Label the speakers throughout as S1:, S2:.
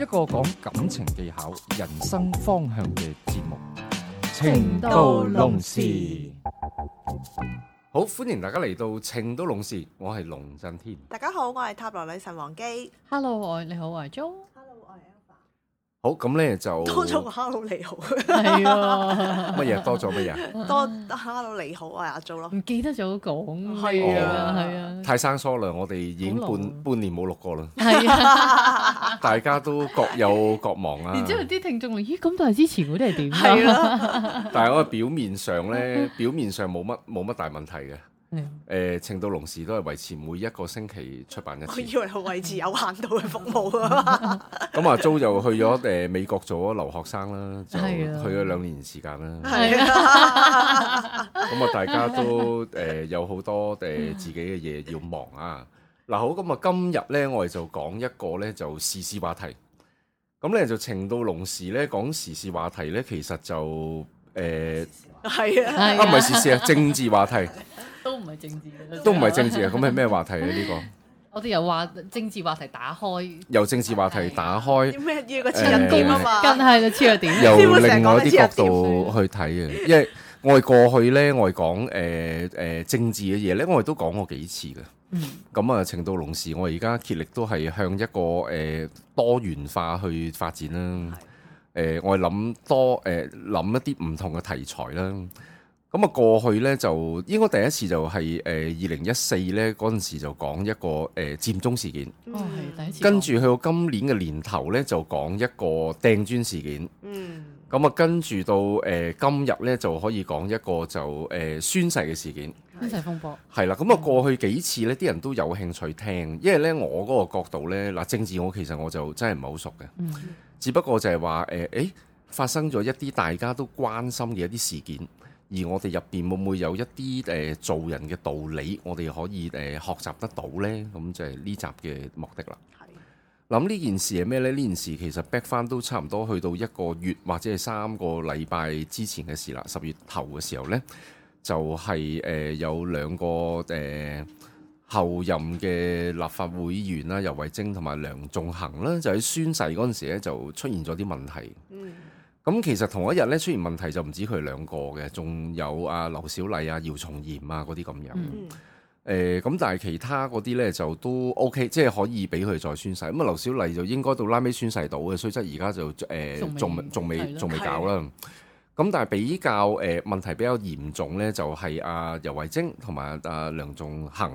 S1: 一個講感情技巧、人生方向嘅節目《
S2: 情到濃時》。
S1: 好，歡迎大家嚟到《情到濃時》，我係龍震天。
S3: 大家好，我係塔羅女神王姬。
S2: Hello，我你好，我係 Jo，
S3: Hello，我係
S1: 好，咁咧就
S3: Alpha。多咗個 Hello 你好，
S2: 係啊，
S1: 乜嘢？多咗乜嘢？
S3: 多 Hello 你好，我係阿 Jo 咯。
S2: 唔記得咗講，
S3: 係
S1: 啊
S2: 係啊，
S1: 太生疏啦，我哋已經
S2: 好老
S1: 半半年冇錄過啦，
S2: 係 啊。
S1: 大家都各有各忙啊。
S2: 然之後啲聽眾話：咦，咁但係之前嗰啲係點
S3: 係
S2: 㗎？
S3: 啦，
S1: 但係我表面上咧，表面上冇乜冇乜大問題嘅。
S2: 係啊
S1: 誒、程度龍時都係維持每一個星期出版一
S3: 我
S2: 哦
S1: 次。
S3: 以為係維持有限度嘅服務 啊。
S1: 咁阿 Jo 就去咗誒、美國做咗留學生啦，就
S2: 係啊
S1: 去咗兩年時間啦。
S3: 係啊，
S1: 咁啊，大家都誒、有好多誒、自己嘅嘢要忙啊。嗱好，咁啊，今日咧我哋就講一個咧就時事話題。咁咧就程度龍時咧講時事話題咧，其實就誒、
S3: 係啊。
S2: 係
S1: 啊唔係時事啊，政治話題
S2: 都唔係政治嘅，
S1: 都唔係政治啊。咁係咩話題啊？呢、個
S2: 我哋又話政治話題打開，
S1: 由政治話題打開。
S3: 啲咩要個
S1: 誒
S3: 切入點啊
S2: 更
S3: 嘛，
S2: 係啦，超咗點。
S1: 由
S3: 師傅成日
S1: 另
S3: 講
S1: 外
S3: 你
S1: 啲
S3: 知
S1: 角
S3: 有
S1: 度去睇嘅，因為我哋過去咧，我哋講誒誒政治嘅嘢咧，我哋都講過幾次嘅。
S2: 嗯，
S1: 咁啊，程度龍時，我而家竭力都係向一個誒、呃多元化去發展啦。誒、我哋諗多誒諗、一啲唔同嘅題材啦。咁啊，過去咧就應該第一次就係誒呃二零一四咧嗰陣時就講一個誒、呃、佔中事件，
S3: 嗯
S2: 哦，係第一次講。
S1: 跟住去到今年嘅年頭咧就講一個掟磚事件。
S3: 嗯，
S1: 咁啊，跟住到誒、呃今日咧，就可以講一個就誒、呃宣誓嘅事件，
S2: 經濟風波，
S1: 係啦。咁啊，過去幾次呢啲人都有興趣聽，因為咧我嗰個角度咧，嗱政治我其實我就真係唔係好熟嘅，
S2: 嗯，
S1: 只不過就係話呃誒，誒、發生咗一啲大家都關心嘅一啲事件，而我哋入邊會唔會有一啲誒、呃做人嘅道理，我哋可以誒、呃、學習得到咧？咁就係呢集嘅目的啦。諗呢件事係咩呢？呢件事其實 back 翻都差唔多去到一個月或者係三個禮拜之前嘅事啦。十月頭嘅時候呢，就係、呃有兩個誒、呃、後任嘅立法會議員啦，游蕙禎同埋梁頌恆啦，就喺宣誓嗰陣時咧就出現咗啲問題。
S3: 嗯，
S1: 咁其實同一日咧出現問題就唔止佢哋兩個嘅，仲有啊劉小麗啊、姚松炎啊嗰啲咁樣。
S2: 嗯
S3: 嗯，
S1: 誒呃咁，但係其他嗰啲咧就都 OK，即係可以俾佢再宣誓。咁啊，劉小麗就應該到拉尾宣誓到嘅，雖則而家就誒
S2: 仲
S1: 仲
S2: 未
S1: 未仲未
S2: 係啊咯
S1: 仲未搞啦。咁但係比較誒、呃、問題比較嚴重咧，就係阿游蕙禎同埋阿梁頌恆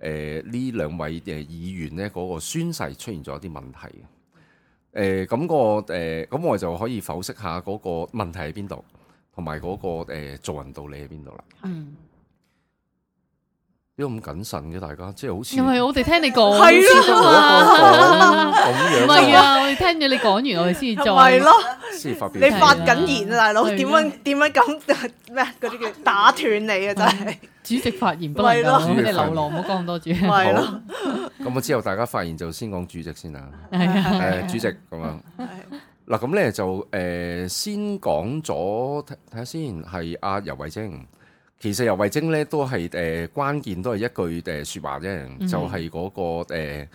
S1: 誒呢兩位誒議員咧嗰、個宣誓出現咗一啲問題。誒咁、個誒咁、我就可以剖析下嗰個問題喺邊度，同埋嗰個、呃、做人道理喺邊度啦。
S2: 嗯，
S1: 因為咁謹慎嘅大家，即係好似
S2: 因為我哋聽你 講
S3: 係啊
S2: 先
S1: 我講
S2: 啊嘛。
S1: 咁
S2: 唔
S1: 樣，
S2: 係，啊！我哋聽咗你講完，我哋先至再
S3: 咪咯。
S1: 先發表
S3: 你
S1: 意見。
S3: 發緊言啊，大佬
S2: 係啊
S3: 點樣點樣咁咩嗰啲叫打斷你啊，真係
S2: 主席發言不能
S3: 咪咯
S2: 夠，你流浪唔好講咁多主。係
S3: 咪咯
S1: 好，咁我之後大家發言就先講主席先啦。
S4: 嗯
S2: 啊，
S1: 誒，主席咁樣
S4: 啊
S3: 係
S1: 嗱，咁咧就誒先講咗睇睇下先，係阿游蕙禎。其實游蕙禎咧都係誒關鍵都係一句誒説話啫，就係嗰個誒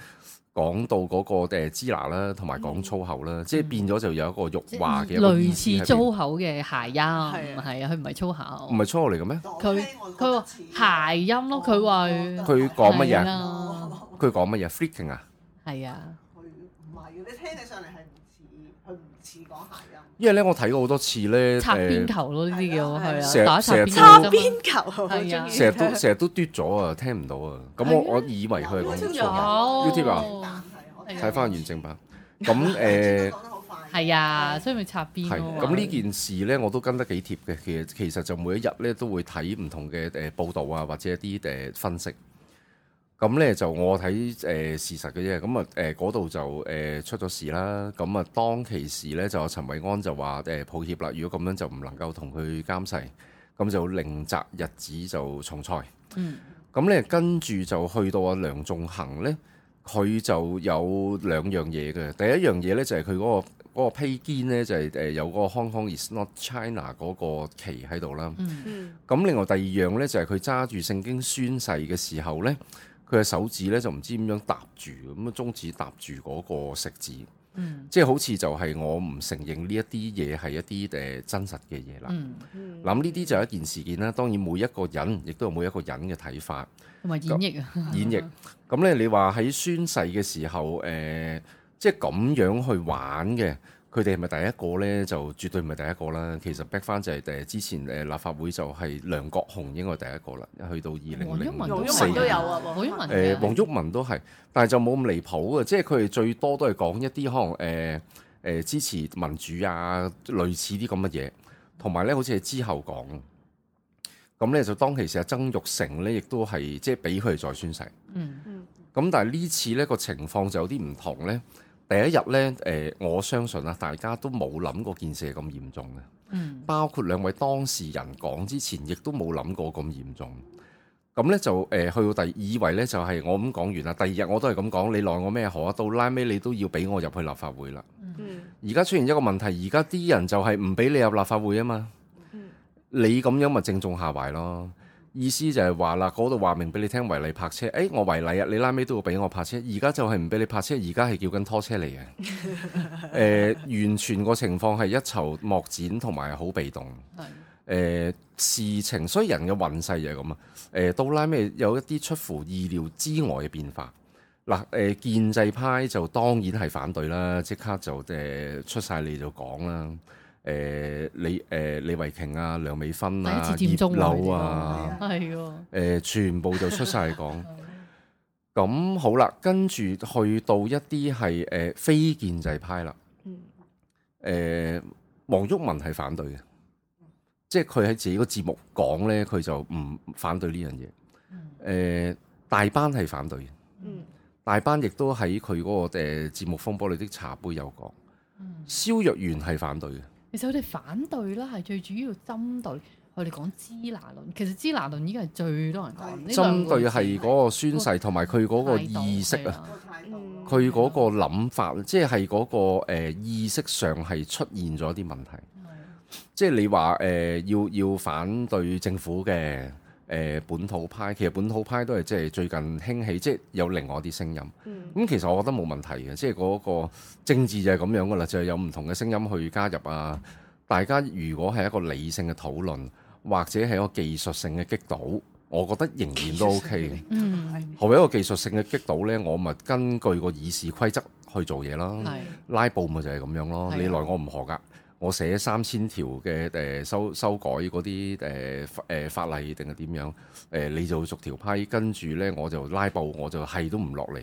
S1: 講到嗰個誒支那啦，同埋講粗口啦，即係變咗就有一個辱華嘅一個意
S2: 類
S1: 思喺
S2: 似
S1: 邊
S2: 粗口嘅諧音，
S3: 係啊
S2: 係啊，佢唔係粗口
S1: 唔。係粗口嚟嘅咩？
S2: 佢佢話諧音咯，佢話
S1: 佢講乜嘢
S2: 係
S1: 啊？
S2: 啊？
S1: 佢講乜嘢？freaking 啊！
S2: 係啊，
S4: 佢唔係嘅，你聽起上嚟係唔似，佢唔似講諧音。
S1: 因為咧我睇過好多次咧，
S2: 擦
S1: 誒
S2: 邊球咯，呢啲叫係
S1: 成
S2: 啊，
S1: 日
S2: 打擦
S1: 成日
S2: 邊球
S3: 擦
S2: 啫嘛
S3: 邊球，我中
S2: 係啊
S3: 意
S1: 成日都成日都嘟咗啊，聽唔到啊。咁我我以為佢係講粗口，
S2: 有
S1: YouTube 啊
S2: 哦
S4: 但係我聽
S1: 睇翻完整版。咁誒
S4: 佢講得好快。
S2: 係啊，所以咪擦邊
S1: 係。
S2: 咯。
S1: 咁呢件事咧，我都跟得幾貼嘅。其實其實就每一日咧都會睇唔同嘅誒報道啊，或者一啲誒分析。咁咧就我睇誒、呃事實嘅啫，咁啊誒嗰度就誒、呃出咗事啦。咁啊當其時咧就陳偉安就話誒、呃抱歉啦，如果咁樣就唔能夠同佢監誓，咁就另擇日子就重賽。
S2: 嗯，
S1: 咁咧跟住就去到阿梁仲恒咧，佢就有兩樣嘢嘅。第一樣嘢咧就係佢嗰個嗰、個披肩咧就係、誒、有嗰個 Hong Kong is not China 嗰個旗喺度啦。
S4: 嗯，
S1: 咁另外第二樣呢，就係佢揸住聖經宣誓嘅時候呢，佢嘅手指呢就唔知點樣搭住，咁啊中指搭住嗰個食指，
S2: 嗯
S1: 即係好似就係我唔承認呢一啲嘢係一啲誒真實嘅嘢啦。
S2: 嗯，
S4: 嗯
S1: 嗱咁呢啲就係一件事件啦。當然每一個人亦都有每一個人嘅睇法。
S2: 同埋演繹啊，
S1: 演繹。咁咧，你話喺宣誓嘅時候，誒、呃即係咁樣去玩嘅，佢哋係咪第一個咧？就絕對唔係第一個啦。其實 back 翻就係呃誒之前誒立法會就係梁國雄應該係第一個啦，去到二零
S2: 黃毓民
S1: 零
S4: 都
S1: 四
S4: 黃毓民都有
S1: 年。
S4: 啊
S2: 黃毓民
S1: 誒啊黃
S2: 嘅，
S1: 毓民都係，但係就冇咁離譜嘅，即係佢哋最多都係講一啲可能誒誒、呃支持民主啊，類似啲咁嘅嘢，同埋咧好似係之後講，咁咧就當其時阿曾玉成咧亦都係即係俾佢哋再宣誓。
S2: 嗯
S4: 嗯
S1: 咁但係呢次呢個情況就有啲唔同呢。第一日呢，誒、我相信啊，大家都冇諗過件事係咁嚴重嘅，
S2: 嗯
S1: 包括兩位當事人講之前，亦都冇諗過咁嚴重。咁呢，就誒、去到第二位呢，就係、我咁講完啦。第二日我都係咁講，你奈我咩何啊？到拉尾你都要俾我入去立法會啦。
S4: 嗯
S1: 而家出現一個問題，而家啲人就係唔俾你入立法會啊嘛。
S4: 嗯
S1: 你咁樣咪正中下懷咯。意思就係話啦，嗰度話明俾你聽違例泊車，誒、我違例啊，你拉尾都要俾我泊車。而家就係唔俾你泊車，而家係叫緊拖車嚟嘅。誒、完全個情況係一籌莫展同埋好被動。
S2: 係
S1: 誒、呃事情，所以人嘅運勢就係咁啊！誒、到拉尾有一啲出乎意料之外嘅變化。嗱，誒、建制派就當然係反對啦，即刻就誒、出晒嚟就講啦。
S2: 啊
S1: 誒、李誒、李慧瓊啊、梁美芬啊、
S2: 第一次佔中
S1: 葉
S2: 喎
S1: 劉
S4: 佢哋
S1: 啊
S4: 係，
S2: 係
S1: 誒、
S2: 喎，
S1: 全部就出晒嚟 講。
S2: 嗯
S1: 咁好啦，跟住去到一啲係誒非建制派啦。
S4: 嗯
S1: 誒黃毓民係反對嘅，即係佢喺自己個節目講咧，佢就唔反對呢樣嘢。誒、
S2: 嗯
S1: 大班係反對嘅，
S4: 嗯
S1: 大班亦都喺佢嗰個誒節目《風波裏的茶杯》有講。
S2: 嗯
S1: 蕭若元係反對嘅，
S2: 其實佢哋反對啦，係最主要針對我哋講支那論，其實支那論依家係最多人講，呢兩
S1: 針
S2: 個
S1: 對
S2: 字
S1: 係嗰個宣誓同埋佢嗰個意識啊，
S4: 個
S2: 啊，
S4: 態度咯，
S1: 佢嗰個諗法，即係嗰個誒意識上係出現咗啲問題。
S2: 啊
S1: 即係你話誒、呃要要反對政府嘅誒、呃本土派，其實本土派都係即係最近興起，即係有另外啲聲音。咁、
S4: 嗯
S1: 其實我覺得冇問題嘅，即係嗰個政治就係咁樣噶啦，就係有唔同嘅聲音去加入啊。大家如果係一個理性嘅討論，或者係一個技術性嘅擊倒，我覺得仍然都 OK 嘅。
S2: 嗯
S1: 何為一個技術性嘅擊倒呢？我咪根據個議事規則去做嘢啦。
S2: 係
S1: 拉布咪就係咁樣
S2: 係
S1: 咯，
S2: 啊
S1: 你來我唔何噶。我寫三千條嘅誒修修改嗰啲誒法誒法例定係點樣誒、你就逐條批，跟住咧我就拉布，我就係都唔落嚟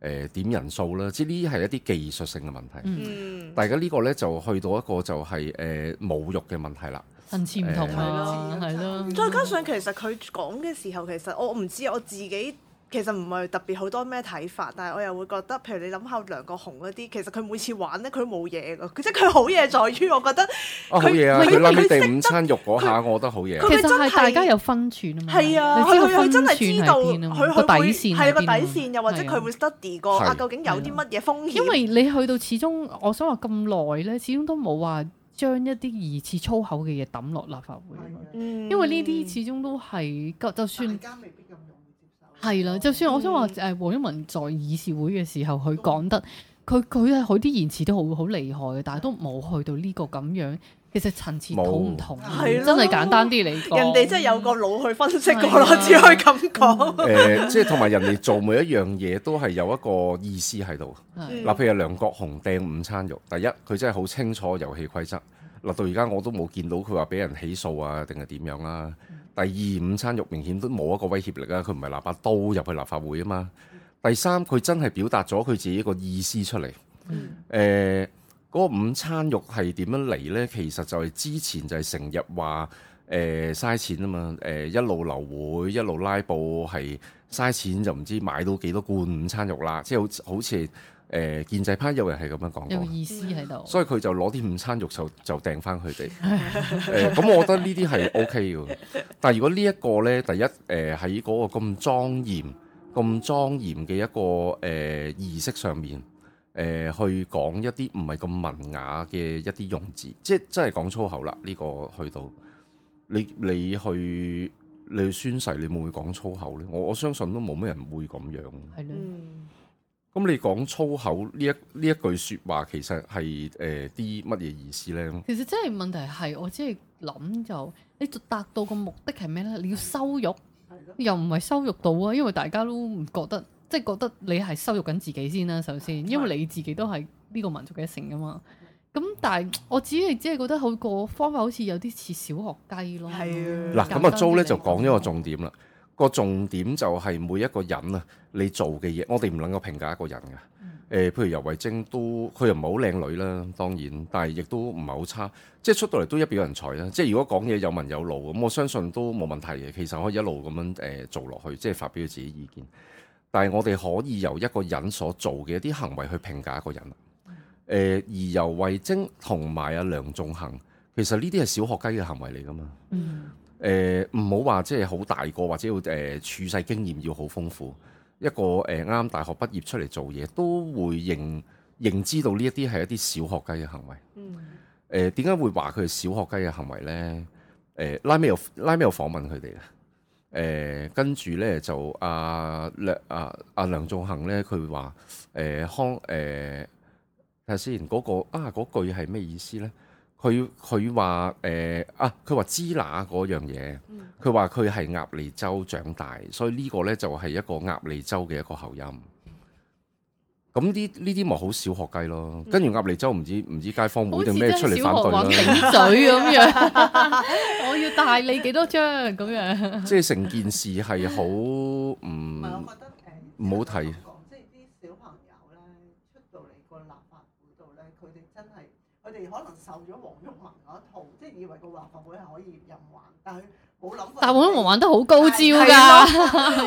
S1: 誒點人數啦。即係呢啲係一啲技術性嘅問題。
S2: 嗯，
S4: 嗯
S1: 大家呢個咧就去到一個就係、誒、侮辱嘅問題啦。
S2: 層次唔同啊，係咯，
S4: 再加上其實佢講嘅時候，其實我唔知我自己其實唔係特別好多咩睇法，但係我又會覺得，譬如你諗下梁國雄嗰啲，其實佢每次玩咧，佢都冇嘢噶，即係佢好嘢在於，我覺得
S1: 啊好嘢啊！
S4: 佢
S1: 佢拉尾
S4: 佢
S1: 第五餐肉嗰下，我覺得好嘢啊。
S2: 其實
S4: 佢真
S2: 係
S4: 係
S2: 大家有分寸啊嘛，
S4: 係啊，
S2: 你
S4: 佢
S2: 知道
S4: 佢佢
S2: 分
S4: 真
S2: 寸
S4: 係
S2: 喺
S4: 知道
S2: 邊啊嘛，
S4: 佢
S2: 個
S4: 佢
S2: 底
S4: 會
S2: 線
S4: 係
S2: 喺
S4: 個
S2: 邊
S4: 底
S2: 啊嘛
S4: 線，又或者
S2: 係啊
S4: 佢會 study 過
S1: 係
S4: 啊，究竟有啲乜嘢風險？
S2: 因為你去到始終，我想話咁耐咧，始終都冇話將一啲疑似粗口嘅嘢抌落立法會啊嘛。
S4: 嗯
S2: 因為呢啲始終都係，就就算
S4: 家未必咁容易接受
S2: 係啦，就算我想話
S4: 嗯
S2: 誒黃毓民在議事會嘅時候，佢講得佢佢係佢啲言辭都好好厲害嘅，但係都冇去到呢個咁樣。其實層次好唔同，真
S4: 冇
S2: 係簡單啲嚟講。
S4: 嗯人哋真係有個腦去分析過咯
S2: 係，啊
S4: 只可以咁講。
S1: 誒、即係同埋人哋做每一樣嘢都係有一個意思喺度。
S4: 嗯
S2: 係
S1: 嗱，譬如梁國雄掟午餐肉，第一佢真係好清楚遊戲規則。嗱，到而家我都冇見到佢話俾人起訴啊，定係點樣啦。第二午餐肉明顯都冇一個威脅力啊，佢唔係拿把刀入去立法會啊嘛。第三，佢真係表達咗佢自己個意思出嚟。誒、
S2: 嗯
S1: 嗯嗰、個午餐肉係點樣嚟呢？其實就係之前就係成日話誒嘥錢啊嘛，誒、一路流會一路拉布係嘥錢就唔知買到幾多罐午餐肉啦，即係好似好似誒、建制派有人係咁樣講
S2: 有個
S1: 過，
S2: 意思喺度。
S4: 嗯
S1: 所以佢就攞啲午餐肉就就掟翻佢哋。 誒咁、我覺得呢啲係 O K 嘅。但係如果呢一個呢，第一誒喺嗰個咁莊嚴、咁莊嚴嘅一個誒、呃、儀式上面，誒、去講一啲唔係咁文雅嘅一啲用字，即係真係講粗口啦。呢、個去到你你去你去宣誓，你會唔會講粗口呢？我我相信都冇咩人會咁樣。
S2: 係咯，
S4: 嗯，
S1: 咁你講粗口呢一呢一句説話，其實係誒啲乜嘢意思呢？
S2: 其實真係問題係，我只係諗就你達到個目的係咩咧？你要羞辱，又唔係羞辱到啊，因為大家都唔覺得，即係覺得你係羞辱緊自己先啦。首先，因為你自己都係呢個民族嘅一成噶嘛。咁但係我只係只係覺得佢個方法好似有啲似小學雞咯。
S4: 係
S1: 嗱，咁啊
S2: 簡單啲
S1: Jo 咧
S2: 嚟
S1: 就講咗個重點啦。個重點就係每一個人啊，你做嘅嘢，我哋唔能夠評價一個人嘅。
S2: 嗯
S1: 誒、譬如尤慧晶都，佢又唔係好靚女啦，當然，但係亦都唔係好差，即係出到嚟都一表人才啦。即係如果講嘢有文有路咁，我相信都冇問題嘅。其實可以一路咁樣誒、做落去，即係發表自己意見。但係我哋可以由一個人所做嘅一啲行為去評價一個人啦。
S2: 嗯
S1: 誒、而尤慧晶同埋阿梁仲恒，其實呢啲係小學雞嘅行為嚟噶嘛。
S2: 嗯，
S1: 誒呃唔好話即係好大個，或者要誒、處世經驗要好豐富。一個呃誒啱、大學畢業出嚟做嘢，都會認認知到呢一啲係一啲小學雞嘅行為。
S4: 嗯，
S1: 誒點解會話佢係小學雞嘅行為咧？誒呃拉尾又拉尾又訪問佢哋嘅。誒跟住咧就阿梁阿阿梁仲恒咧，佢話誒康誒睇下先嗰個啊嗰句係咩意思咧？佢佢話誒啊，佢話支那嗰樣嘢，
S2: 嗯
S1: 佢話佢係鴨脷洲長大，所以呢個咧就係一個鴨脷洲嘅一個口音。咁呢呢啲咪好小學雞咯，跟住鴨脷洲唔知唔知街坊
S2: 嗯好
S1: 會
S2: 似
S1: 定
S2: 真
S1: 咩
S2: 係
S1: 出
S2: 小
S1: 嚟
S2: 學
S1: 反對
S2: 玩
S1: 啦
S2: 頂。嘴咁樣，我要大你幾多張咁樣。
S1: 即係成件事係好嗯唔
S5: 唔係，我覺得誒，
S1: 唔好睇
S5: 講即係啲小朋友咧，出到嚟個立法會度咧，佢哋真係，佢哋可能受咗黃毓民嗰一套，即係以為個立法會係可以任玩，但係佢冇諗過。
S2: 但我都冇玩得好高招㗎，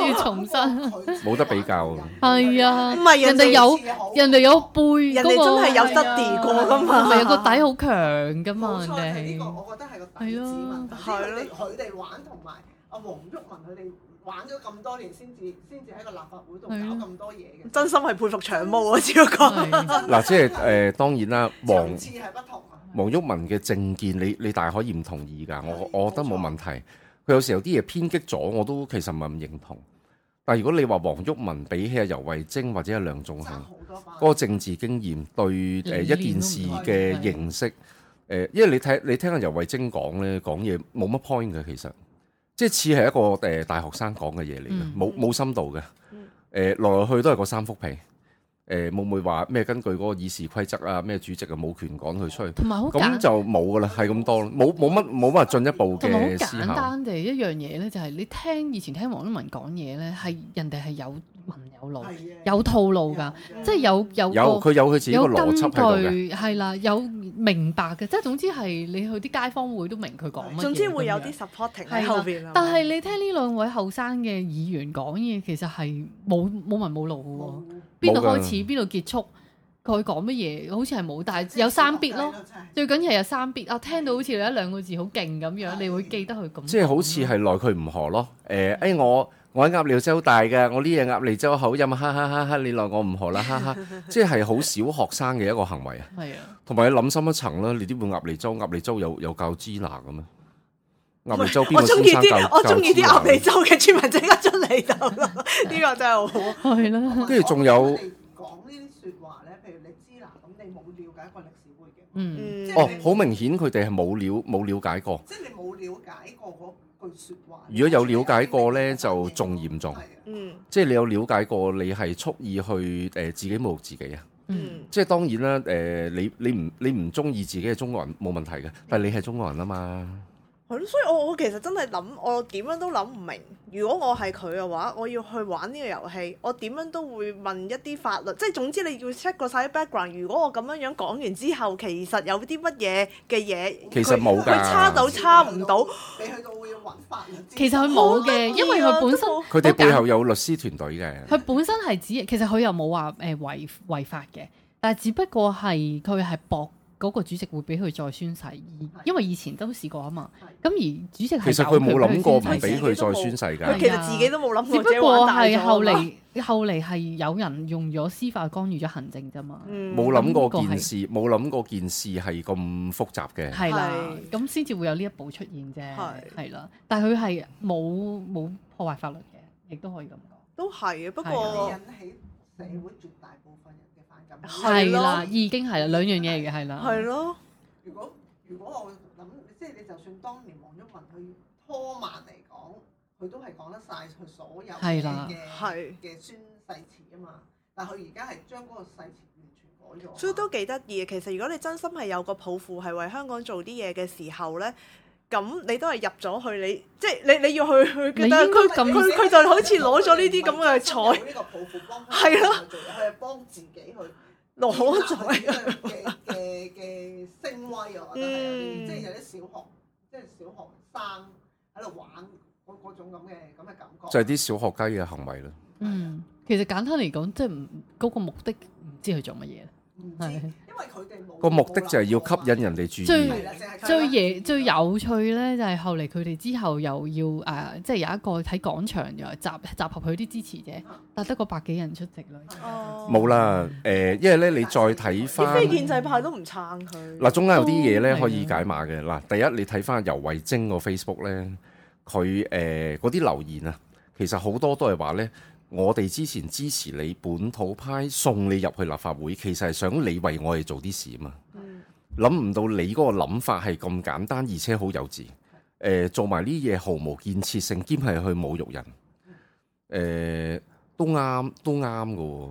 S2: 要重新。
S1: 冇得比較
S2: 係啊
S4: 唔，
S2: 人
S4: 係人
S2: 哋
S4: 哋
S2: 有人哋有背
S4: 人
S2: 嗰個，
S4: 哋真係有
S2: 係啊
S4: study 過㗎嘛
S2: 同埋有個底好強噶嘛，
S5: 冇錯，
S2: 人
S5: 係呢
S2: 哋係。
S5: 個，
S2: 啊
S5: 我覺得係個底子問題。
S4: 係咯
S5: 即係佢哋佢哋玩同埋阿黃毓民佢哋玩咗咁多年，先至先至喺個立法會度搞
S2: 係咯啊
S5: 咁多嘢嘅。
S4: 真心係佩服長毛啊！只不過
S1: 嗱，即係誒、呃、當然啦，黃
S5: 層次係不同啊。
S1: 黃毓民嘅政見，你你大可以唔同意㗎，我我覺得冇問題。佢有時候啲嘢偏激咗，我都其實唔係咁認同。但係如果你話黃毓民比起阿尤慧晶或者阿梁仲
S5: 爭
S1: 恒，
S5: 好多版
S1: 啊嗰個政治經驗對誒
S2: 理念
S1: 一件事嘅認識，誒、因為你睇你聽阿尤慧晶講咧，講嘢冇乜 point 嘅，其實即係似係一個誒大學生講嘅嘢嚟
S2: 嗯
S1: 嘅，冇冇、深度嘅，誒來來去去都係嗰三幅皮，誒會唔會話咩根據嗰個議事規則啊，咩主席啊冇權趕佢出去，
S2: 同埋好
S1: 咁
S2: 簡，
S1: 就冇噶啦，係咁多啦，冇冇乜冇乜進一步
S2: 同埋好
S1: 嘅思
S2: 簡
S1: 考，
S2: 單地一樣嘢咧，就係你聽以前聽黃毓民講嘢咧，係人哋係有文有路
S5: 係，啊
S2: 有套路㗎，即係有有
S1: 有
S2: 個
S1: 佢有佢自己個
S2: 有
S1: 邏
S2: 根
S1: 輯喺度嘅。
S2: 據係啦，有明白嘅，即係總之係你去啲街坊會都明佢講乜嘢咁樣。
S4: 總之會有啲 supporting
S2: 係
S4: 喺
S2: 啦
S4: 後邊啊。
S2: 但係你聽呢兩位後生嘅議員講嘢，其實係冇冇文冇路嘅喎，邊
S1: 冇
S2: 度
S1: 㗎
S2: 開始邊度結束，佢講乜嘢好似係冇，但係有三必
S1: 啊
S2: 咯。，最緊要係有三必啊！聽到好似有一兩個字好勁咁樣，你會記得佢咁。
S1: 啊即係好似係
S4: 嗯
S1: 奈佢唔何咯。誒、誒、哎我我喺鴨脷洲大嘅，我呢嘢鴨脷洲口音，哈哈哈哈！你奈我唔何啦，哈 哈！即係好小學生嘅一個行為啊。
S2: 係啊，
S1: 同埋你諗深一層啦，你點會鴨脷洲？鴨脷洲有有教支那嘅咩？鴨脷洲邊
S4: 我
S1: 個
S4: 中
S1: 先
S4: 意
S1: 生
S4: 啲
S1: 教
S4: 我中意啲
S1: 教支
S4: 鴨
S1: 那
S4: 脷洲嘅村民即刻出嚟就咯，呢個真係好。
S2: 係啦，
S1: 跟住仲有
S5: 嗯我覺得我哋講呢啲説話咧，譬如你知啦，咁你冇了解過歷史背景，
S2: 嗯，
S4: 嗯
S5: 即，
S1: 哦
S5: 係，你
S1: 好明顯佢哋係冇了冇了解過。
S5: 即係你冇了解過嗰句説話。
S1: 如果有了解過咧就仲嚴重
S5: 係啊
S4: 嗯
S1: 即係你有了解過，你係蓄意去誒、自己侮辱自己啊！
S2: 嗯
S4: 嗯，
S1: 即係當然啦，誒、你你唔你唔中意自己係中國人冇問題嘅，但係你係中國人啊嘛。
S4: 係咯，所以我我其實真係諗，我點樣都諗唔明。如果我係佢嘅話，我要去玩呢個遊戲，我點樣都會問一啲法律，即係總之你要 check 過晒啲 background。如果我咁樣樣講完之後，其實有啲乜嘢嘅嘢，
S1: 其實冇㗎
S4: 佢差到
S2: 嗯
S4: 差唔到，
S5: 你去到會揾法律
S2: 其實佢冇嘅，因為佢本身
S4: 好得意啊
S1: 佢哋背後有律師團隊嘅。
S2: 佢本身係指，其實佢又冇話誒違違法嘅，但係只不過係佢係博嗰個主席會俾佢再宣誓，而因為以前都試過啊嘛。咁而主席其
S1: 其實佢冇諗過唔俾
S4: 俾
S1: 佢
S4: 佢
S1: 再
S4: 再
S1: 宣
S4: 宣
S1: 誓
S4: 真係
S1: 㗎
S2: 係。
S4: 其實自己都冇 諗
S2: 只
S4: 過，
S2: 不
S4: 自己
S2: 過
S4: 玩大咗
S2: 係
S4: 啊嘛
S2: 後，嚟後嚟係有人用咗司法干預咗行政啫嘛。
S4: 嗯
S1: 冇諗過件事，冇諗過件事係咁複雜嘅。
S2: 係啦，
S4: 係
S2: 咁先至會有呢一步出現啫，
S4: 係
S2: 係啦。但係佢係冇冇破壞法律嘅，亦都可以咁講。
S4: 都係啊嘅。不
S2: 係啊
S4: 過
S5: 引起社會絕大部分人嘅反感。
S4: 係
S2: 係
S4: 咯
S2: 啦，已經係啦，兩樣嘢嚟嘅係啦。
S4: 係咯，
S5: 如果如果我諗，即係你就算當年黃毓民去拖慢嚟講，佢都係講得晒佢所有嘅
S2: 係啦
S5: 嘅
S4: 係，
S5: 嘅宣誓詞啊嘛。但佢而家係將嗰個誓詞完全改咗啊嘛，
S4: 所以都幾得意嘅。其實如果你真心係有個抱負，係為香港做啲嘢嘅時候咧。咁你都係入咗去，你即係你你要去去
S2: 你
S4: 覺
S2: 應
S4: 得
S2: 該
S4: 佢
S2: 咁
S4: 佢佢就好似攞咗呢啲咁嘅彩
S5: 呢個抱負幫
S4: 係
S5: 係
S4: 咯
S5: 咯，佢係幫自己去
S4: 攞咗
S5: 咗嘅嘅嘅聲威啊！我覺得係有啲，
S4: 嗯
S5: 即係有啲小學，即係小學生喺度玩嗰嗰種咁嘅咁嘅感覺。
S1: 就係啲小學雞嘅行為啦。
S2: 嗯，其實簡單嚟講，即係唔嗰個目的唔知佢做乜嘢。
S5: 唔知，
S2: 係
S5: 因為佢哋冇啊
S1: 個目的就係要吸引人哋注
S2: 最
S1: 意。
S5: 係啦淨係佢
S2: 最嘢最有趣咧，就係後嚟佢哋之後又要誒、呃即係有一個喺廣場又集集合佢啲支持者，
S4: 啊
S2: 但得個百幾人出席啦。
S4: 哦
S1: 冇啦，誒，因為咧你再睇
S4: 啲
S1: 翻
S4: 非建制派都唔撐佢。
S1: 嗱，中間啊有啲嘢咧
S2: 都係
S1: 可以解碼嘅。嗱，第一你睇翻游慧晶個 Facebook 咧，佢誒嗰啲留言啊，其實好多都係話咧，我哋之前支持你本土派送你入去立法會，其實係想你為我哋做啲事啊嘛。
S4: 嗯
S1: 諗唔到你嗰個諗法係咁簡單，而且好幼稚。誒、做埋呢嘢毫無建設性，兼係去侮辱人。誒、呃都啱，都啱嘅喎。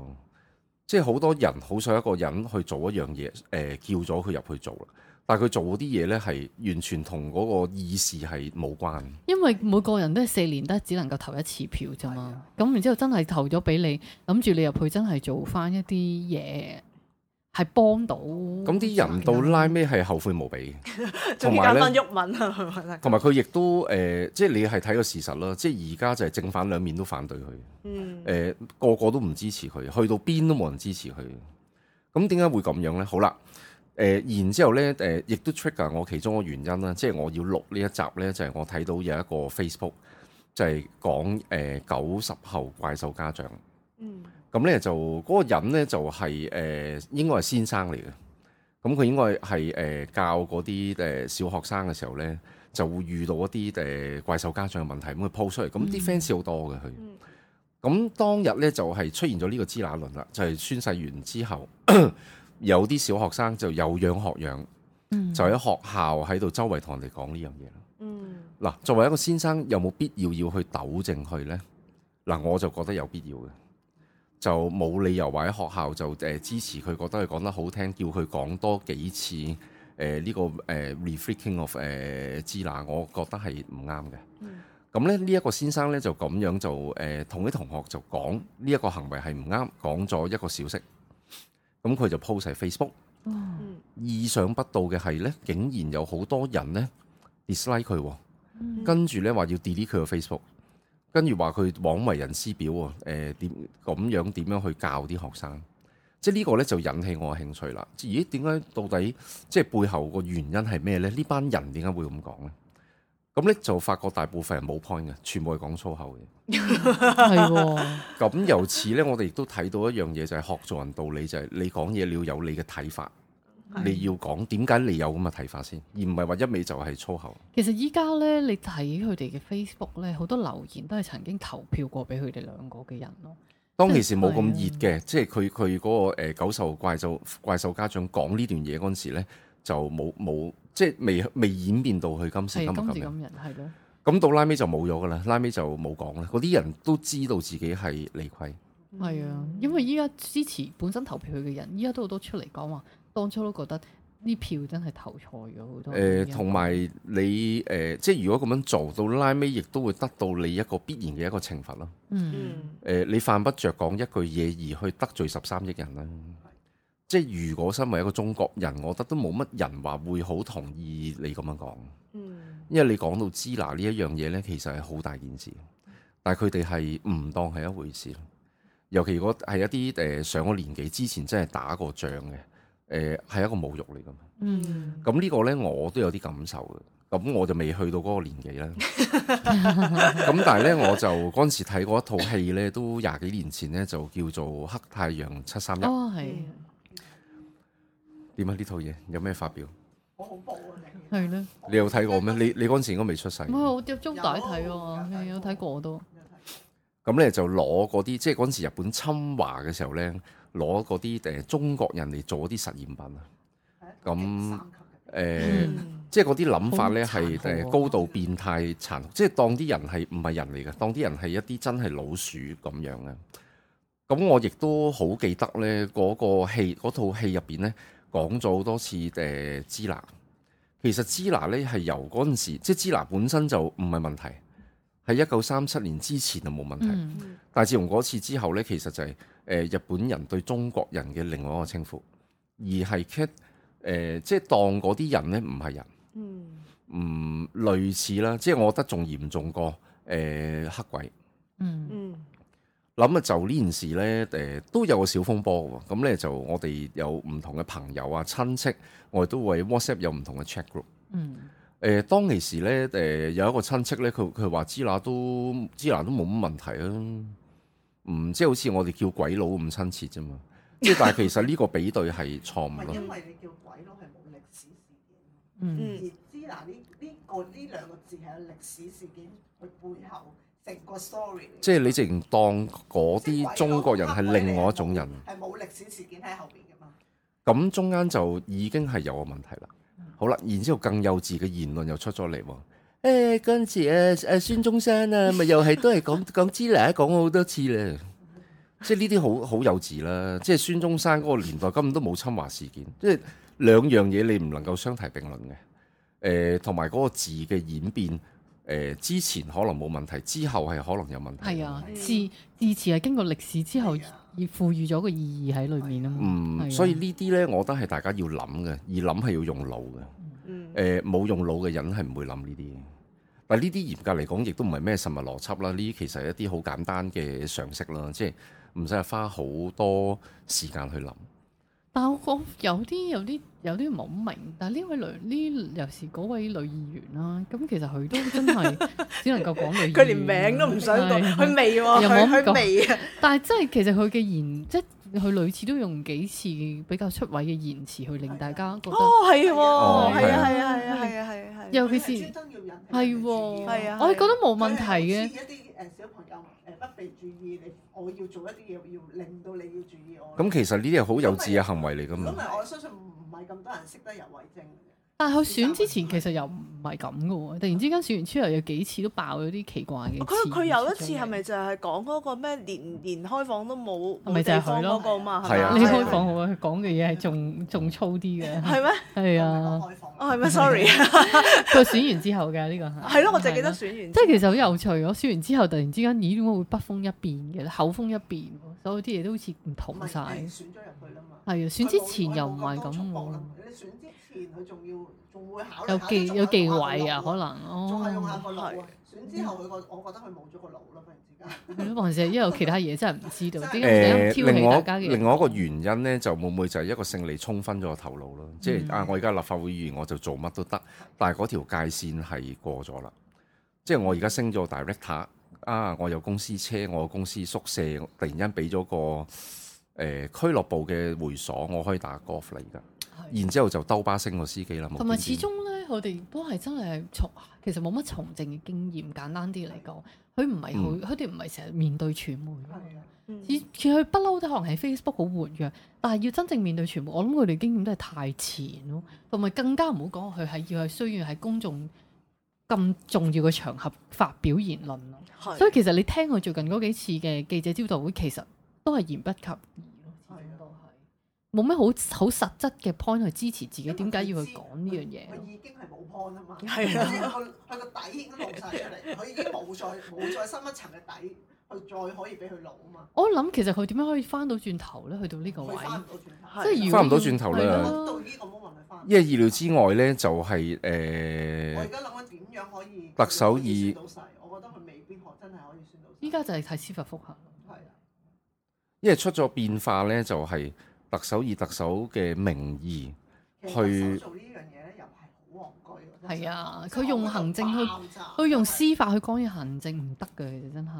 S1: 即係好多人好想一個人去做一樣嘢，誒、叫咗佢入去做啦。但係佢做嗰啲嘢呢，係完全同嗰個意事係冇關。
S2: 因為每個人都係四年都係只能夠投一次票啫
S1: 啊
S2: 嘛，咁然之後真係投咗俾你，諗住你入去真係做翻一啲嘢，係幫到。
S1: 咁
S2: 咁
S1: 啲人到拉尾係後悔無比嘅，同
S4: 仲要
S1: 埋
S4: 簡
S1: 呢
S4: 單鬱文啊，係咪
S1: 同埋佢亦都誒、呃即係你係睇個事實啦。即係而家就係正反兩面都反對佢。誒、
S4: 嗯，
S1: 個個都唔支持佢，去到邊都冇人支持佢。咁點解會咁樣呢？好啦，誒、然之後呢，誒、呃亦都 trigger 我其中個原因啦，即係我要錄呢一集呢，就係、我睇到有一個 Facebook 就係講誒九十後怪獸家長。
S4: 嗯，
S1: 咁呢，就嗰、個人呢，就係、誒、應該係先生嚟嘅，咁佢應該係誒、教嗰啲誒小學生嘅時候呢，就會遇到一啲誒、怪獸家長嘅問題，咁佢 po 出嚟，咁啲 fans 好多嘅佢。
S4: 嗯
S1: 咁當日咧就係、出現咗呢個支那論啦，就係、宣誓完之後，有啲小學生就有樣學樣，
S2: 嗯
S1: 就喺學校喺度周圍同人哋講呢樣嘢啦。
S4: 嗯，
S1: 嗱，作為一個先生，有冇必要要去糾正佢呢？嗱，我就覺得有必要嘅，就冇理由話喺學校就誒、呃支持佢，覺得佢講得好聽，叫佢講多幾次誒呢、個誒、呃 reflecting of 誒、呃、支那，我覺得係唔啱嘅。
S4: 嗯
S1: 咁咧呢一個先生咧就咁樣就誒、呃同啲同學就講呢一個行為係唔啱，講咗一個小息，咁佢就 post 喺 Facebook。意
S2: 哦
S4: 嗯
S1: 想不到嘅係呢，竟然有好多人呢 dislike 佢喎，跟住呢話要 delete 佢個 Facebook，跟住話佢枉為人師表喎，誒點咁樣點樣去教啲學生？即係呢個呢，就引起我嘅興趣啦。咦？點解到底即係背後個原因係咩呢？呢班人點解會咁講呢？咁呢，就發覺大部分人冇 point 嘅，全部係講粗口嘅。
S2: 係喎，
S1: 咁由此呢，我哋亦都睇到一樣嘢，就係、學做人道理，就係、你講嘢你要有你嘅睇法，你要講點解你有咁嘅睇法先，而唔係話一味就係粗口。
S2: 其實依家咧，你睇佢哋嘅 Facebook 咧，好多留言都係曾經投票過俾佢哋兩個嘅人咯。
S1: 當其時冇咁熱嘅，即係佢佢嗰個誒呃九獸怪獸怪獸家長講呢段嘢嗰陣時咧，就冇冇即係未未演變到去今時今
S2: 係
S1: 日
S2: 今
S1: 咁
S2: 時
S1: 樣。
S2: 今日係咯，
S1: 咁到拉尾就冇咗噶啦，拉尾就冇講啦。嗰啲人都知道自己係理虧。
S2: 啊係啊，因為依家支持本身投票佢嘅人，依家都好多出嚟講話，當初都覺得呢票真係投錯咗好
S1: 誒，
S2: 多。
S1: 呃同埋你誒、呃即係如果咁樣做到拉尾，亦都會得到你一個必然嘅一個懲罰啦。
S2: 嗯
S4: 嗯
S1: 誒、你犯不着講一句嘢而去得罪十三億人啦。即係如果身為一個中國人，我覺得都冇乜人話會好同意你咁樣講，
S4: 嗯
S1: 因為你講到支那呢一樣嘢呢，其實係好大件事，但係佢哋係唔當係一回事咯。尤其如果係一啲誒、上咗年紀之前真係打過仗嘅，誒、呃係一個侮辱嚟㗎嘛。
S2: 嗯，
S1: 咁呢個呢，我都有啲感受嘅。咁我就未去到嗰個年紀啦。咁但係呢，我就嗰陣時睇過一套戲呢，都廿幾年前呢，就叫做《黑太陽七三一》。
S2: 哦係
S1: 點啊？呢套嘢有咩發表？
S5: 好恐怖啊！你
S4: 嗯
S2: 係咧，
S1: 你有睇過咩？你你嗰陣時應該未出世。
S2: 唔係我碟中帶睇
S5: 有
S2: 喎，係有睇過我都。
S1: 咁咧就攞嗰啲，即係嗰陣時日本侵華嘅時候咧，攞嗰啲誒中國人嚟做嗰啲實驗品啊。咁誒、
S2: 嗯
S1: 即係嗰啲諗法咧
S2: 好
S1: 係
S2: 殘酷啊喎
S1: 誒高度變態殘酷，即係當啲人係唔係人嚟嘅，當啲人係一啲真係老鼠咁樣嘅。咁我亦都好記得咧，嗰、個戲嗰套戲入邊咧講咗好多次誒支那。其實支那咧係由嗰陣時，即係支那本身就唔係問題，喺一九三七年之前就冇問題。
S2: 嗯
S1: 但係自從嗰次之後呢，其實就係、呃日本人對中國人嘅另外一個稱呼，而係 cat 誒，即係當嗰啲人呢唔係人，
S4: 嗯
S1: 唔類似啦。即係我覺得仲嚴重過誒、呃黑鬼。
S2: 嗯
S4: 嗯
S1: 諗啊，就呢件事呢，誒、都有個小風波喎。咁呢，就我哋有唔同嘅朋友啊、親戚，我哋都會 WhatsApp 有唔同嘅 chat group。
S2: 嗯
S1: 誒、呃當其時咧，誒、有一個親戚咧，佢佢話支那都支那都冇乜問題啊，唔即係好似我哋叫鬼佬咁親切啫嘛。即係但係其實呢個比對係錯
S5: 唔
S1: 誤
S5: 係
S1: 咯。
S5: 因為你叫鬼佬係冇歷史事件。
S2: 嗯
S5: 而
S4: 嗯
S5: 支那呢呢個呢兩個字係有歷史事件佢背後成個 story 嚟。
S1: 即係你直情當嗰
S5: 即係鬼
S1: 啲
S5: 佬
S1: 中國人係另外一種人，
S5: 係冇歷史事件喺後邊噶嘛？
S1: 咁中間就已經係有個問題啦。好啦，然之後更幼稚嘅言論又出咗嚟喎。誒嗰陣時誒誒孫中山 啊，咪又係都係講講支那講咗好多次咧。即係呢啲好好幼稚啦！即係孫中山嗰個年代根本都冇侵華事件，即係兩樣嘢你唔能夠相提並論嘅。誒、同埋嗰個字嘅演變，誒、之前可能冇問題，之後係可能有問題。
S2: 係
S4: 嗯
S2: 啊，自自詞係經過歷史之後
S5: 係啊
S2: 而賦予咗個意義喺裏面啊嘛。係啊
S1: 嗯，所以呢啲呢，我覺得係大家要諗嘅，而諗係要用腦嘅。
S4: 嗯
S1: 誒呃冇用腦嘅人係唔會諗呢啲嘅。但呢啲嚴格嚟講，亦都唔係咩神物邏輯啦。呢啲其實係一啲好簡單嘅常識啦，即係唔使係花好多時間去諗。
S2: 但我我有啲有啲有啲唔係好明，但係呢位女呢尤其是嗰位女議員啦、咁其實佢都 真係只能夠講女議員
S4: 佢連名都唔想講，
S2: 係
S4: 佢未喎，
S2: 嗯又冇咁
S4: 佢
S2: 講
S4: 佢未啊，
S2: 但係真係其實佢嘅言，即係佢類似都用幾次比較出位嘅言辭去令大家覺得，
S4: 哦係喎，
S1: 哦
S2: 係
S4: 係啊係
S2: 啊
S4: 啊係啊係啊係啊係啊，
S2: 尤其
S5: 佢係
S2: 是
S5: 專登要引起
S2: 係
S5: 人哋注意
S2: 喎，
S5: 咯
S4: 係啊
S2: 我係覺得冇問題嘅，
S5: 佢係好似一啲呃誒小朋友誒不被注意，你我要做一啲嘢要令到你要注意我。
S1: 咁其實呢啲係好幼稚嘅行為嚟噶
S5: 如果唔
S1: 嘛。
S5: 係，我相信唔係咁多人識得游為精嘅。
S2: 但係佢選之前其實又唔係咁嘅喎，突然之間選完之後有幾次都爆咗啲奇怪嘅詞
S4: 哦佢佢有一次係
S2: 出嚟
S4: 咪就係講嗰個咩連連開房都冇
S2: 啊係咪
S4: 冇
S2: 就係佢
S4: 地方
S2: 咯
S4: 嗰個嘛？
S1: 係啊
S4: 咪
S2: 你
S1: 開
S2: 開放好啊？佢講嘅嘢係仲仲粗啲嘅，
S4: 係咩？
S2: 係啊，
S5: 開放。
S4: 哦係咩？Sorry，
S2: 佢選完之後嘅呢個係啊
S4: 係咯，我就記得選完
S2: 即係其實好有趣，我輸完之後突然之間，咦點解會北風一變嘅咧？口風一變喎，所有啲嘢都好似唔同晒。
S5: 係
S2: 係
S5: 選咗入去啦嘛。
S2: 啊，選之前又唔係咁
S5: 佢冇咁多束
S2: 喎
S5: 縛啦，你選之前佢仲要仲會考慮
S2: 有
S5: 下
S2: 忌
S5: 仲
S2: 有
S5: 係
S2: 忌
S5: 用下
S2: 諱啊，
S5: 個腦
S2: 可能
S5: 仲係用下
S2: 哦。
S5: 個腦啊。選之後佢個，我覺得佢冇咗個腦啦，忽然之間。
S2: 係咯還是係因為有其他嘢真係唔知道，點
S5: 誒
S2: 解會突
S1: 另外
S2: 然間挑起大家嘅？
S1: 另外一個原因呢，就會唔會就係一個勝利沖昏咗個頭腦
S2: 嗯
S1: 咯？即係啊，我而家立法會議員我就做乜都得，但係嗰條界線係過咗啦。即係我而家升咗 director 啊，我有公司車，我有公司宿舍，突然間俾咗個誒、呃、俱樂部嘅會所，我可以打 golf 嚟㗎。
S2: 係
S1: 然之後就兜巴星個司機啦，冇
S2: 同埋
S1: 邊
S2: 始
S1: 邊
S2: 終咧，我哋都係真係從其實冇乜從政嘅經驗。簡單啲嚟講，佢唔係
S1: 嗯
S2: 好，佢哋唔係成日面對傳媒㗎嘛。
S5: 係啊，
S4: 嗯
S2: 以前佢不嬲都可能喺 Facebook 好活躍，但係要真正面對全部，我諗佢哋經驗都係太淺咯，同埋更加唔好講佢係要係需要喺公眾咁重要嘅場合發表言論咯。
S4: 係啊
S2: 所以其實你聽佢最近嗰幾次嘅記者招待會，其實都係言不及義咯，始
S5: 係
S2: 終
S5: 啊
S2: 都係。冇咩好好實質嘅 point 去支持自己，點解要去講呢樣
S5: 佢
S2: 嘢？
S5: 已經係冇 point 啊嘛，
S4: 係
S5: 即係佢佢個底已經露晒出嚟，佢已經冇再冇再深一層嘅底，佢再可以俾佢露啊嘛，
S2: 我諗其實佢點樣可以翻到轉頭咧？去到呢個位
S5: 佢，翻唔到轉頭，
S2: 即係如果
S1: 翻唔到
S2: 要
S1: 轉頭
S2: 係
S1: 啦
S2: 咯
S5: 到呢個 moment 咪翻唔
S1: 啊
S5: 到。
S1: 因為意料之外呢，就係、誒、
S5: 我而家諗緊點樣可以
S1: 特首
S5: 可以
S1: 以
S5: 宣到勢，我覺得佢未必可真係可以宣到勢。
S2: 依家就係睇司法覆核。
S5: 係啊
S1: 因為出咗變化呢，就係、特首以特首嘅名義，
S5: 其實
S1: 去
S5: 特首做呢樣嘢咧，又係好戇居。
S2: 係啊佢用行政去
S5: 去
S2: 佢用司法去干預行政唔得嘅，其實真係。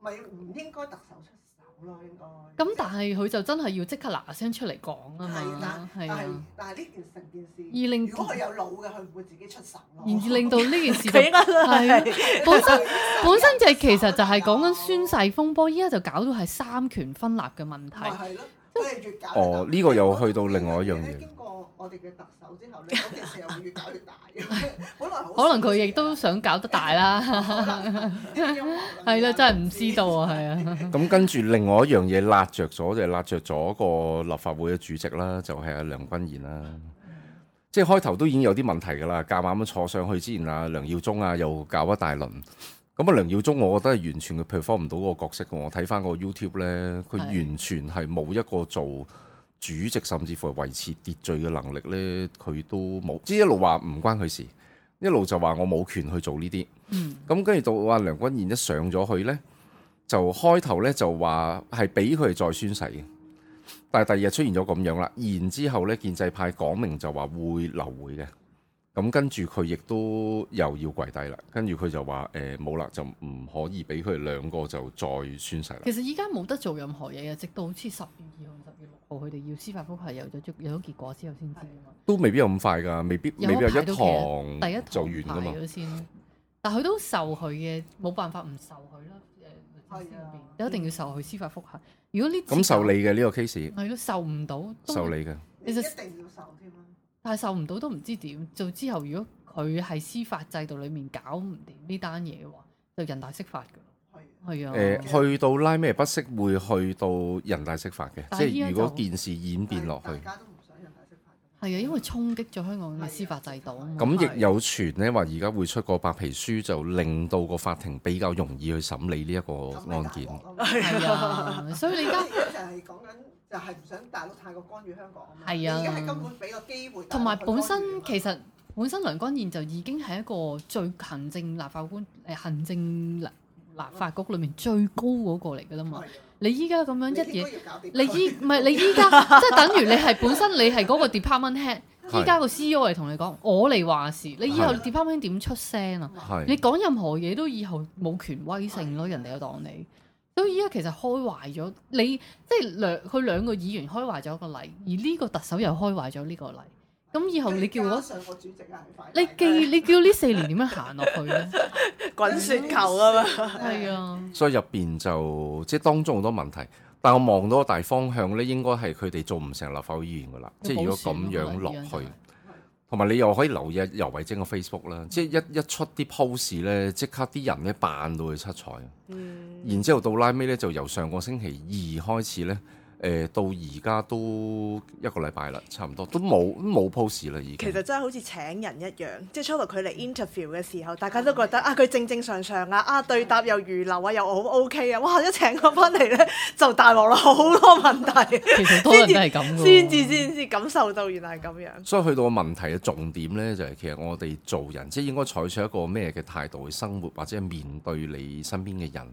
S5: 咪唔應該特首出手咯，應該。
S2: 咁但係佢就真係要即刻嗱嗱聲出嚟講啊
S5: 係啦
S2: 嘛，，
S5: 但
S2: 係
S5: 係
S2: 啊，
S5: 但係呢件成件
S2: 而
S5: 事，
S2: 令
S5: 如果佢有腦嘅，佢唔會自己出手咯。
S2: 而令 到呢件事就
S4: 佢應該都係
S2: 本身本身就係其實就係講緊宣誓風波，依家就搞到係三權分立嘅問
S5: 咪
S2: 題。
S5: 係咯，佢係越搞越
S1: 哦
S5: 大
S1: 呢個又去到另外一樣嘢
S5: 因為經過我哋嘅特首之後咧，嗰件事又會越搞越 大。 本來好
S2: 可能佢亦都想搞得 大 啦，係
S5: 係
S2: 啦，真係唔知道啊，係啊，
S1: 咁跟住另外一樣嘢辣着咗就係辣着咗個立法會嘅主席啦，就係、阿梁君彥啦。即係開頭都已經有啲問題㗎啦，夾硬咁坐上去之前，阿梁耀忠啊又搞一大輪。咁啊，梁耀忠我覺得係完全佢 perform 唔到嗰個角色嘅。我睇翻個 YouTube 呢，佢
S2: 係
S1: 完全係冇一個做主席，甚至乎係維持秩序嘅能力呢，佢都冇。即係一路話唔關佢事，一路就話我冇權去做呢啲。
S2: 嗯，
S1: 咁跟住到阿梁君彥一上咗去呢，就開頭呢就話係俾佢哋再宣誓嘅，但係第二日出現咗咁樣啦。然之後呢，建制派講明就話會留會嘅。咁跟住佢亦都又要跪低啦，跟住佢就話誒冇啦，就唔可以俾佢哋兩個就再宣誓啦。
S2: 其實依家冇得做任何嘢嘅，直到好似十月二號、十月六號，佢哋要司法覆核有咗有咗結果之後先知啊嘛。
S1: 都未必有咁快㗎，未必
S2: 有
S1: 未必有一
S2: 排都其
S1: 堂
S2: 第一堂
S1: 就完㗎嘛
S2: 排。咗先，但佢都受佢嘅，冇辦法唔受佢啦。誒，律政司
S5: 係
S2: 嗰邊
S5: 啊
S2: 你一定要受佢司法覆核。如果呢次
S1: 咁受理嘅呢個 case，
S2: 係咯，受唔到都
S1: 受理嘅。
S5: 你一定要受添啦。
S2: 但係受唔到都唔知點。做之後，如果佢係司法制度裡面搞唔掂呢單嘢嘅話，就人大釋法㗎。
S5: 係
S2: 係啊，
S1: 誒、呃去到拉咩不適會去到人大釋法嘅，
S2: 但
S1: 即
S2: 係依
S1: 係
S2: 家
S1: 如果
S2: 就
S1: 件事演變落去，
S5: 大家都唔想人大釋法。
S2: 係啊，因為衝擊咗香港嘅司法制度啊嘛。
S1: 咁亦有傳呢話而家會出個白皮書，就令到個法庭比較容易去審理呢一個案件。
S2: 係啊， 所以你而家
S5: 就係講緊，就係唔想大陸太過干預香港啊嘛。
S2: 係啊
S5: 而家係根本俾個機會。
S2: 同埋本身其實本身梁君彥就已經係一個最行政立法官誒行政立立法局裏面最高嗰個嚟㗎啦嘛。你依家咁樣一嘢，你依唔 係你依家即係等於你係本身你係嗰個 department head，
S1: 係
S2: 依家個 CEO 嚟同你講，我嚟話事，你以後
S1: 係
S2: department 點出聲啊？你
S1: 係
S2: 講任何嘢都以後冇權威性咯，人哋又當你。所以依家其實開壞咗你，即係兩佢兩個議員開壞咗一個例，而呢個特首又開壞咗呢個例。咁以後你叫
S5: 我
S2: 嗰
S5: 上個主席啊，係快
S2: 你記你叫呢四年點樣行落去咧？
S4: 滾雪球啊嘛，
S2: 係啊，
S1: 所以入邊就即係當中好多問題，但我望到個大方向呢，應該係佢哋做唔成立法會議員噶啦。即係如果咁樣落去，
S2: 啊
S1: 同埋你又可以留意下游蕙禎嘅 Facebook 啦，即係一一出啲 post 呢，即刻啲人呢扮到佢七彩。
S4: 嗯
S1: 然之後到拉尾咧，就由上個星期二開始咧，誒、到而家都一個禮拜啦，差唔多都冇都冇 post 啦，已經。
S4: 其實真係好似請人一樣，即係初頭佢嚟 interview 嘅時候，大家都覺得啊佢正正常常啊，啊對答又如流啊，又好 OK 啊，哇！一請佢翻嚟咧就大鑊啦，好多問題，
S2: 其實好多人都係咁嘅喎
S4: 先至先至感受到原來係咁樣。
S1: 所以去到個問題嘅重點咧，就係、其實我哋做人，即係應該採取一個咩嘅態度去生活，或者係面對你身邊嘅人。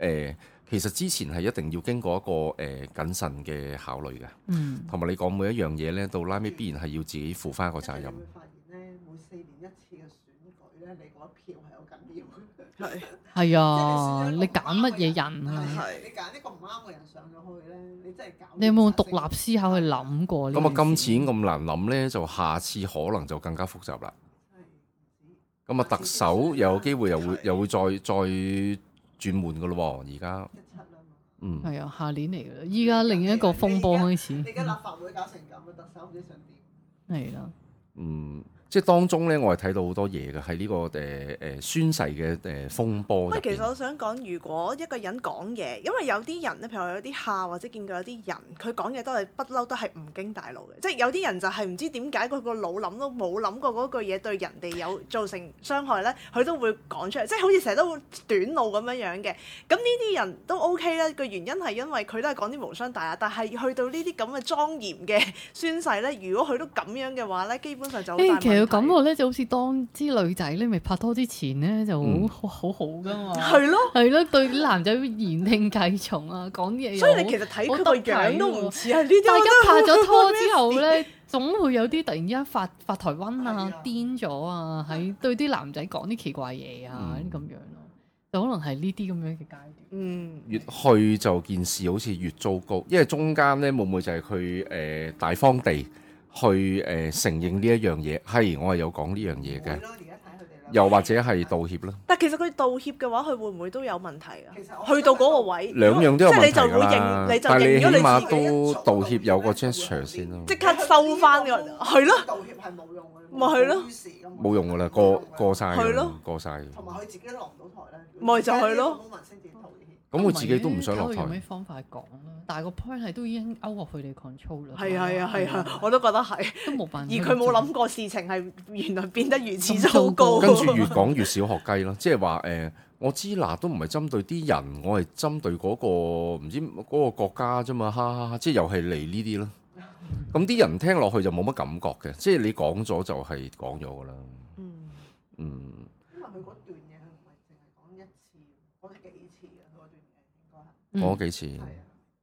S1: 誒、其實之前係一定要經過一個誒、謹慎嘅考慮嘅，
S2: 嗯，
S1: 同埋你講每一樣嘢咧，到拉尾必然係要自己負翻一個責任
S5: 你。會發現咧，每四年一次嘅選舉咧，你嗰一票係好緊要嘅。
S4: 係
S2: 係
S5: 即
S2: 啊，
S5: 係
S2: 你揀乜嘢
S5: 你
S2: 人
S5: 選
S2: 啊？
S5: 一個唔啱嘅人係你揀一個唔啱嘅人上咗去咧，你真係搞。
S2: 你有冇獨立思考去？諗過呢
S1: 咁
S2: 件
S1: 啊
S2: 事？，
S1: 今次已經咁難諗咧，就下次可能就更加複雜啦。咁啊，特首又有機會又會又會再再轉換噶咯喎，而家
S5: 一七啦嘛，
S1: 嗯，
S2: 係啊，下年嚟㗎啦，依家另一個風波開始嗯
S5: 你而家立法會搞成咁嘅特首唔知想點？
S2: 係啦。
S1: 嗯，即係當中咧，我係睇到好多嘢嘅，喺呢、個誒誒、宣誓嘅誒、風波入
S4: 喂，其實
S1: 邊。
S4: 我想講，如果一個人講嘢，因為有啲人咧，譬如我有啲客或者見過有啲人，佢講嘢都係不嬲都係唔經大腦嘅，即係有啲人就係唔知點解佢個腦諗都冇諗過嗰句嘢對人哋有造成傷害咧，佢都會講出嚟，即係好似成日都會短路咁樣樣嘅。咁呢啲人都 OK 啦，個原因係因為佢都係講啲無傷大雅，但係去到呢啲咁嘅莊嚴嘅宣誓咧，如果佢都咁樣嘅話咧，基本上就好大
S2: 誒，
S4: 問題。
S2: 其實感覺咧就好似當啲女仔咧，咪拍拖之前咧就好
S1: 嗯
S2: 好好好噶嘛，
S4: 係咯，
S2: 係咯，對啲男仔言聽計從啊，講嘢又
S4: 所以
S2: 好
S4: 你其實睇
S2: 好
S4: 佢
S2: 得
S4: 個
S2: 體
S4: 樣都
S2: 喎
S4: 唔似係呢啲。
S2: 大
S4: 我
S2: 家拍
S4: 都
S2: 咗拖
S4: 咩
S2: 之後
S4: 事
S2: 咧，總會有啲突然之間發發台灣
S5: 係
S2: 啊
S5: 啊、
S2: 癲咗啊，喺對啲男仔講啲奇怪嘢啊
S1: 嗯
S2: 咁樣咯，就可能係呢啲咁樣嘅階段。
S4: 嗯，
S1: 越去就件事好似越糟糕，因為中間咧會唔會就係佢誒大方地去誒、承認呢一樣嘢，係我係有講呢樣嘢嘅，又或者係道歉啦。
S4: 但其實佢道歉嘅話，佢會唔會都有問題啊？
S5: 其實我
S4: 去到嗰個位，
S1: 兩樣都有
S4: 即係
S1: 問
S4: 你
S1: 題
S4: 就
S1: 㗎
S4: 會
S1: 啦
S4: 認，你就
S1: 但係
S4: 認
S1: 你
S4: 咗
S1: 起
S4: 你
S1: 碼
S4: 自己
S1: 都道歉有個 gesture 先咯，
S4: 即刻收翻個係咯。
S5: 道歉係冇用嘅，
S4: 咪係咯，
S1: 冇用噶啦，過過曬㗎
S4: 係
S1: 啦
S4: 咯，
S1: 過曬㗎啦。
S5: 同埋佢自己落唔到台咧，
S4: 咪就係咯，
S5: 先至道歉。
S1: 咁佢自己都唔想落
S2: 睇佢用咩
S1: 台，
S2: 方法講啦？但係個 point 係都已經勾落佢哋 control 啦。
S4: 係啊係啊係啊，我都覺得係。
S2: 都冇辦
S4: 而
S2: 法。
S4: 佢冇諗過事情係原來變得如此
S2: 咁
S4: 糟糕。
S2: 糟糕
S1: 跟 住越講越小學雞咯，即係話誒，我知嗱都唔係針對啲人，我係針對嗰、個唔知嗰、個國家啫嘛，哈哈哈！即係又係嚟呢啲咯。咁啲人聽落去就冇乜感覺嘅，即係你講咗就係講咗噶啦。
S4: 嗯
S1: 嗯，
S5: 因為佢嗰段嘢佢唔係淨係講一次，講咗幾次嘅佢嗰段嘢
S1: 講
S2: 嗯
S1: 咗幾次
S5: 應該係。係啊。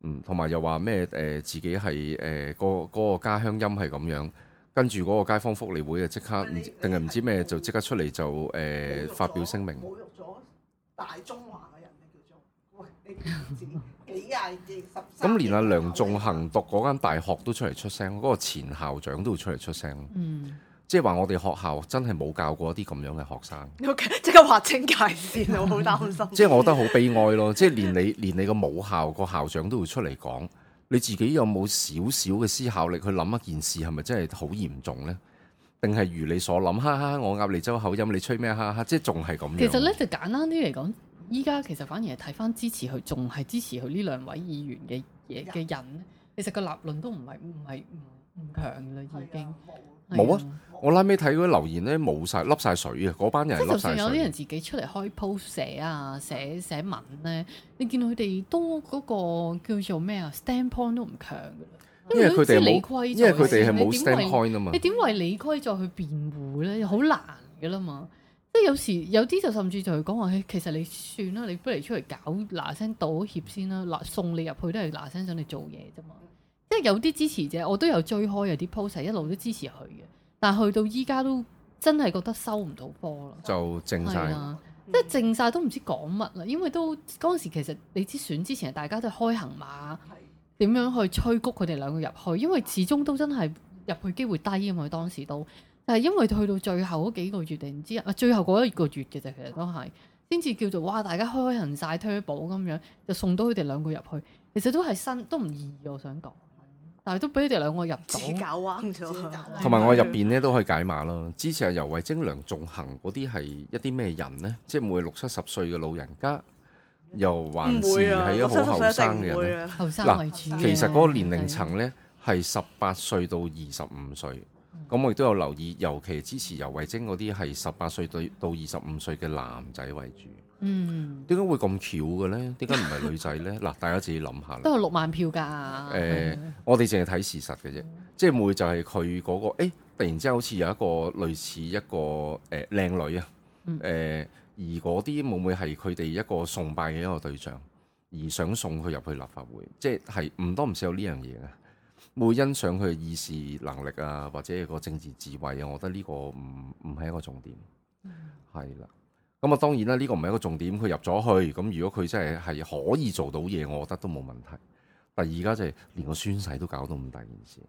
S1: 嗯，同埋又話咩誒自己係誒個嗰個家鄉音係咁樣，跟住嗰個街坊福利會啊即刻唔知定係唔知咩就即刻出嚟就誒、
S5: 侮辱咗
S1: 發表聲明。
S5: 侮辱咗大中華嘅人咧叫做，喂你唔止幾廿幾十三
S1: 咁連阿梁仲恒讀嗰間大學都出嚟出聲，嗰、個前校長都會出嚟出聲，
S2: 嗯，
S1: 即係話我哋學校真係冇教過一啲咁樣嘅學生，
S2: 嗯
S4: ，OK，即刻劃清界線，我好擔心。
S1: 即係我覺得好悲哀咯。 即係連你連你個母校個校長都會出嚟講，你自己有冇少少嘅思考力去諗一件事係咪真係好嚴重呢？定係如你所諗，哈哈，我鴨脷洲口音，你吹咩哈哈？即係仲係咁樣。
S2: 其實咧就簡單啲嚟講，依家其實反而係睇翻支持佢，仲係支持佢呢兩位議員嘅嘢嘅人咧，其實個立論都唔係唔係唔唔強啦，已
S5: 係
S2: 經
S5: 啊。冇
S2: 係
S1: 冇啊我拉尾睇嗰啲留言咧，冇晒笠晒水嘅，嗰班人
S2: 即
S1: 係
S2: 係就
S1: 笠晒
S2: 算有啲
S1: 水
S2: 人。自己出嚟開 post 寫啊、寫寫文咧，你見到佢哋都嗰個叫做咩啊 standpoint 都唔強嘅，
S1: 因為佢哋
S2: 都知
S1: 冇
S2: 理虧在先，
S1: 因為佢哋係
S2: 你
S1: 冇
S2: 點為
S1: stand point 啊嘛
S2: 你。點為理虧再去辯護咧？好難嘅啦嘛。即係有時有啲就甚至就係講話，唉其實你算啦，你不如出嚟搞嗱聲道歉先啦，嗱送你入去都係嗱聲想你做嘢啫嘛。即係有啲支持者，我都有追開有啲 post 係一路都支持佢嘅，但係去到依家都真係覺得收唔到波啦。
S1: 就靜晒
S2: 係。啊啦，即係靜晒都唔知講乜啦，因為都嗰陣時其實你知選之前，大家都開行馬，點樣去催谷佢哋兩個入去，因為始終都真係入去機會低啊嘛，當時都，但係因為去到最後嗰幾個月定唔知啊，最後嗰一個月嘅啫，其實都係先至叫做哇，大家開行晒 turbo 咁樣，就送到佢哋兩個入去，其實都係新都唔易嘅，我想講，但係都俾佢哋兩個入
S4: 自
S2: 到。
S4: 己搞彎咗
S5: 自己搞彎
S1: 同埋我入邊咧都可以解碼咯。支持阿尤慧晶、梁仲恒嗰啲係一啲咩人呢？即係每六七十歲嘅老人家，又還是
S4: 唔會啊，
S1: 係一個
S4: 六七
S1: 好
S4: 十
S1: 後
S4: 歲
S1: 生
S4: 一
S1: 嘅
S4: 定唔
S1: 人
S4: 會
S1: 咧？
S4: 啊。
S2: 後生
S1: 嗱
S2: 為主嘅，
S1: 其實嗰個年齡層呢係十八歲到二十五歲。咁我亦都有留意，尤其支持尤慧晶嗰啲係十八歲到到二十五歲嘅男仔為主。
S2: 嗯，
S1: 點解會咁巧嘅呢？點解唔係女仔呢？嗱，大家自己諗下啦。
S2: 都有六萬票㗎。
S1: 誒我哋淨係睇事實嘅啫，即係會就係佢嗰個、誒突然之間好似有一個類似一個誒靚、女啊，誒、
S2: 嗯
S1: 而嗰啲會唔會係佢哋一個崇拜嘅一個對象，而想送佢入去立法會，即係唔多唔少有呢樣嘢嘅，會欣賞佢嘅議事能力啊，或者個政治智慧啊，我覺得呢個唔唔係一個重點，係啦。咁啊，當然啦，呢、個唔係一個重點。佢入咗去，咁如果佢真係係可以做到嘢，我覺得都冇問題。但而家就係連個宣誓都搞到咁大件事，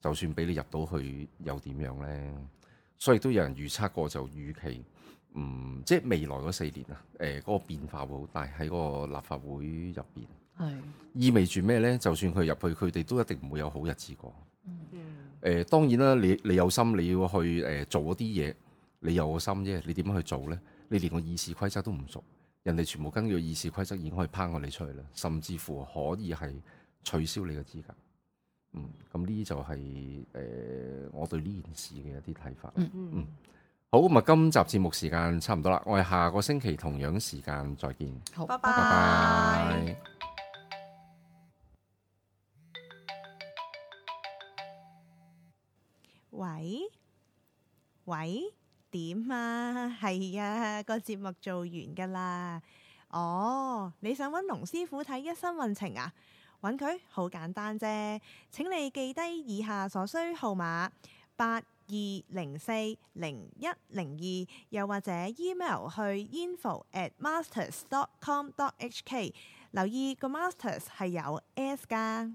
S1: 就算俾你入到去又點樣呢？所以都有人預測過，就預期嗯，即係未來嗰四年啊，誒、嗰、個變化會好大喺嗰個立法會入邊，
S2: 係
S1: 意味住咩呢？就算佢入去，佢哋都一定唔會有好日子過。
S2: 嗯
S1: 誒、誒、當然啦，你你有心你要去誒、做嗰啲嘢，你有個心啫，你點樣去做呢？你連個議事規則都唔熟，人哋全部根據議事規則已經可以拋我哋出去啦，甚至乎可以係取消你嘅資格。嗯，咁呢就係、誒、我對呢件事嘅一啲睇法。
S2: 嗯
S1: 嗯，好咁啊，今集節目時間差唔多啦，我哋下個星期同樣時間再見，
S2: 好，
S6: 拜
S1: 拜拜。
S6: 拜。
S4: 喂喂，點啊？ 係啊，個節目做完噶啦。哦，你想揾龍師傅睇一生運程啊？揾佢好簡單啫。請你記低以下所需號碼八二零四零一零二，又或者 email 去 info at masters dot com dot hk。留意個 masters 係有 s 㗎。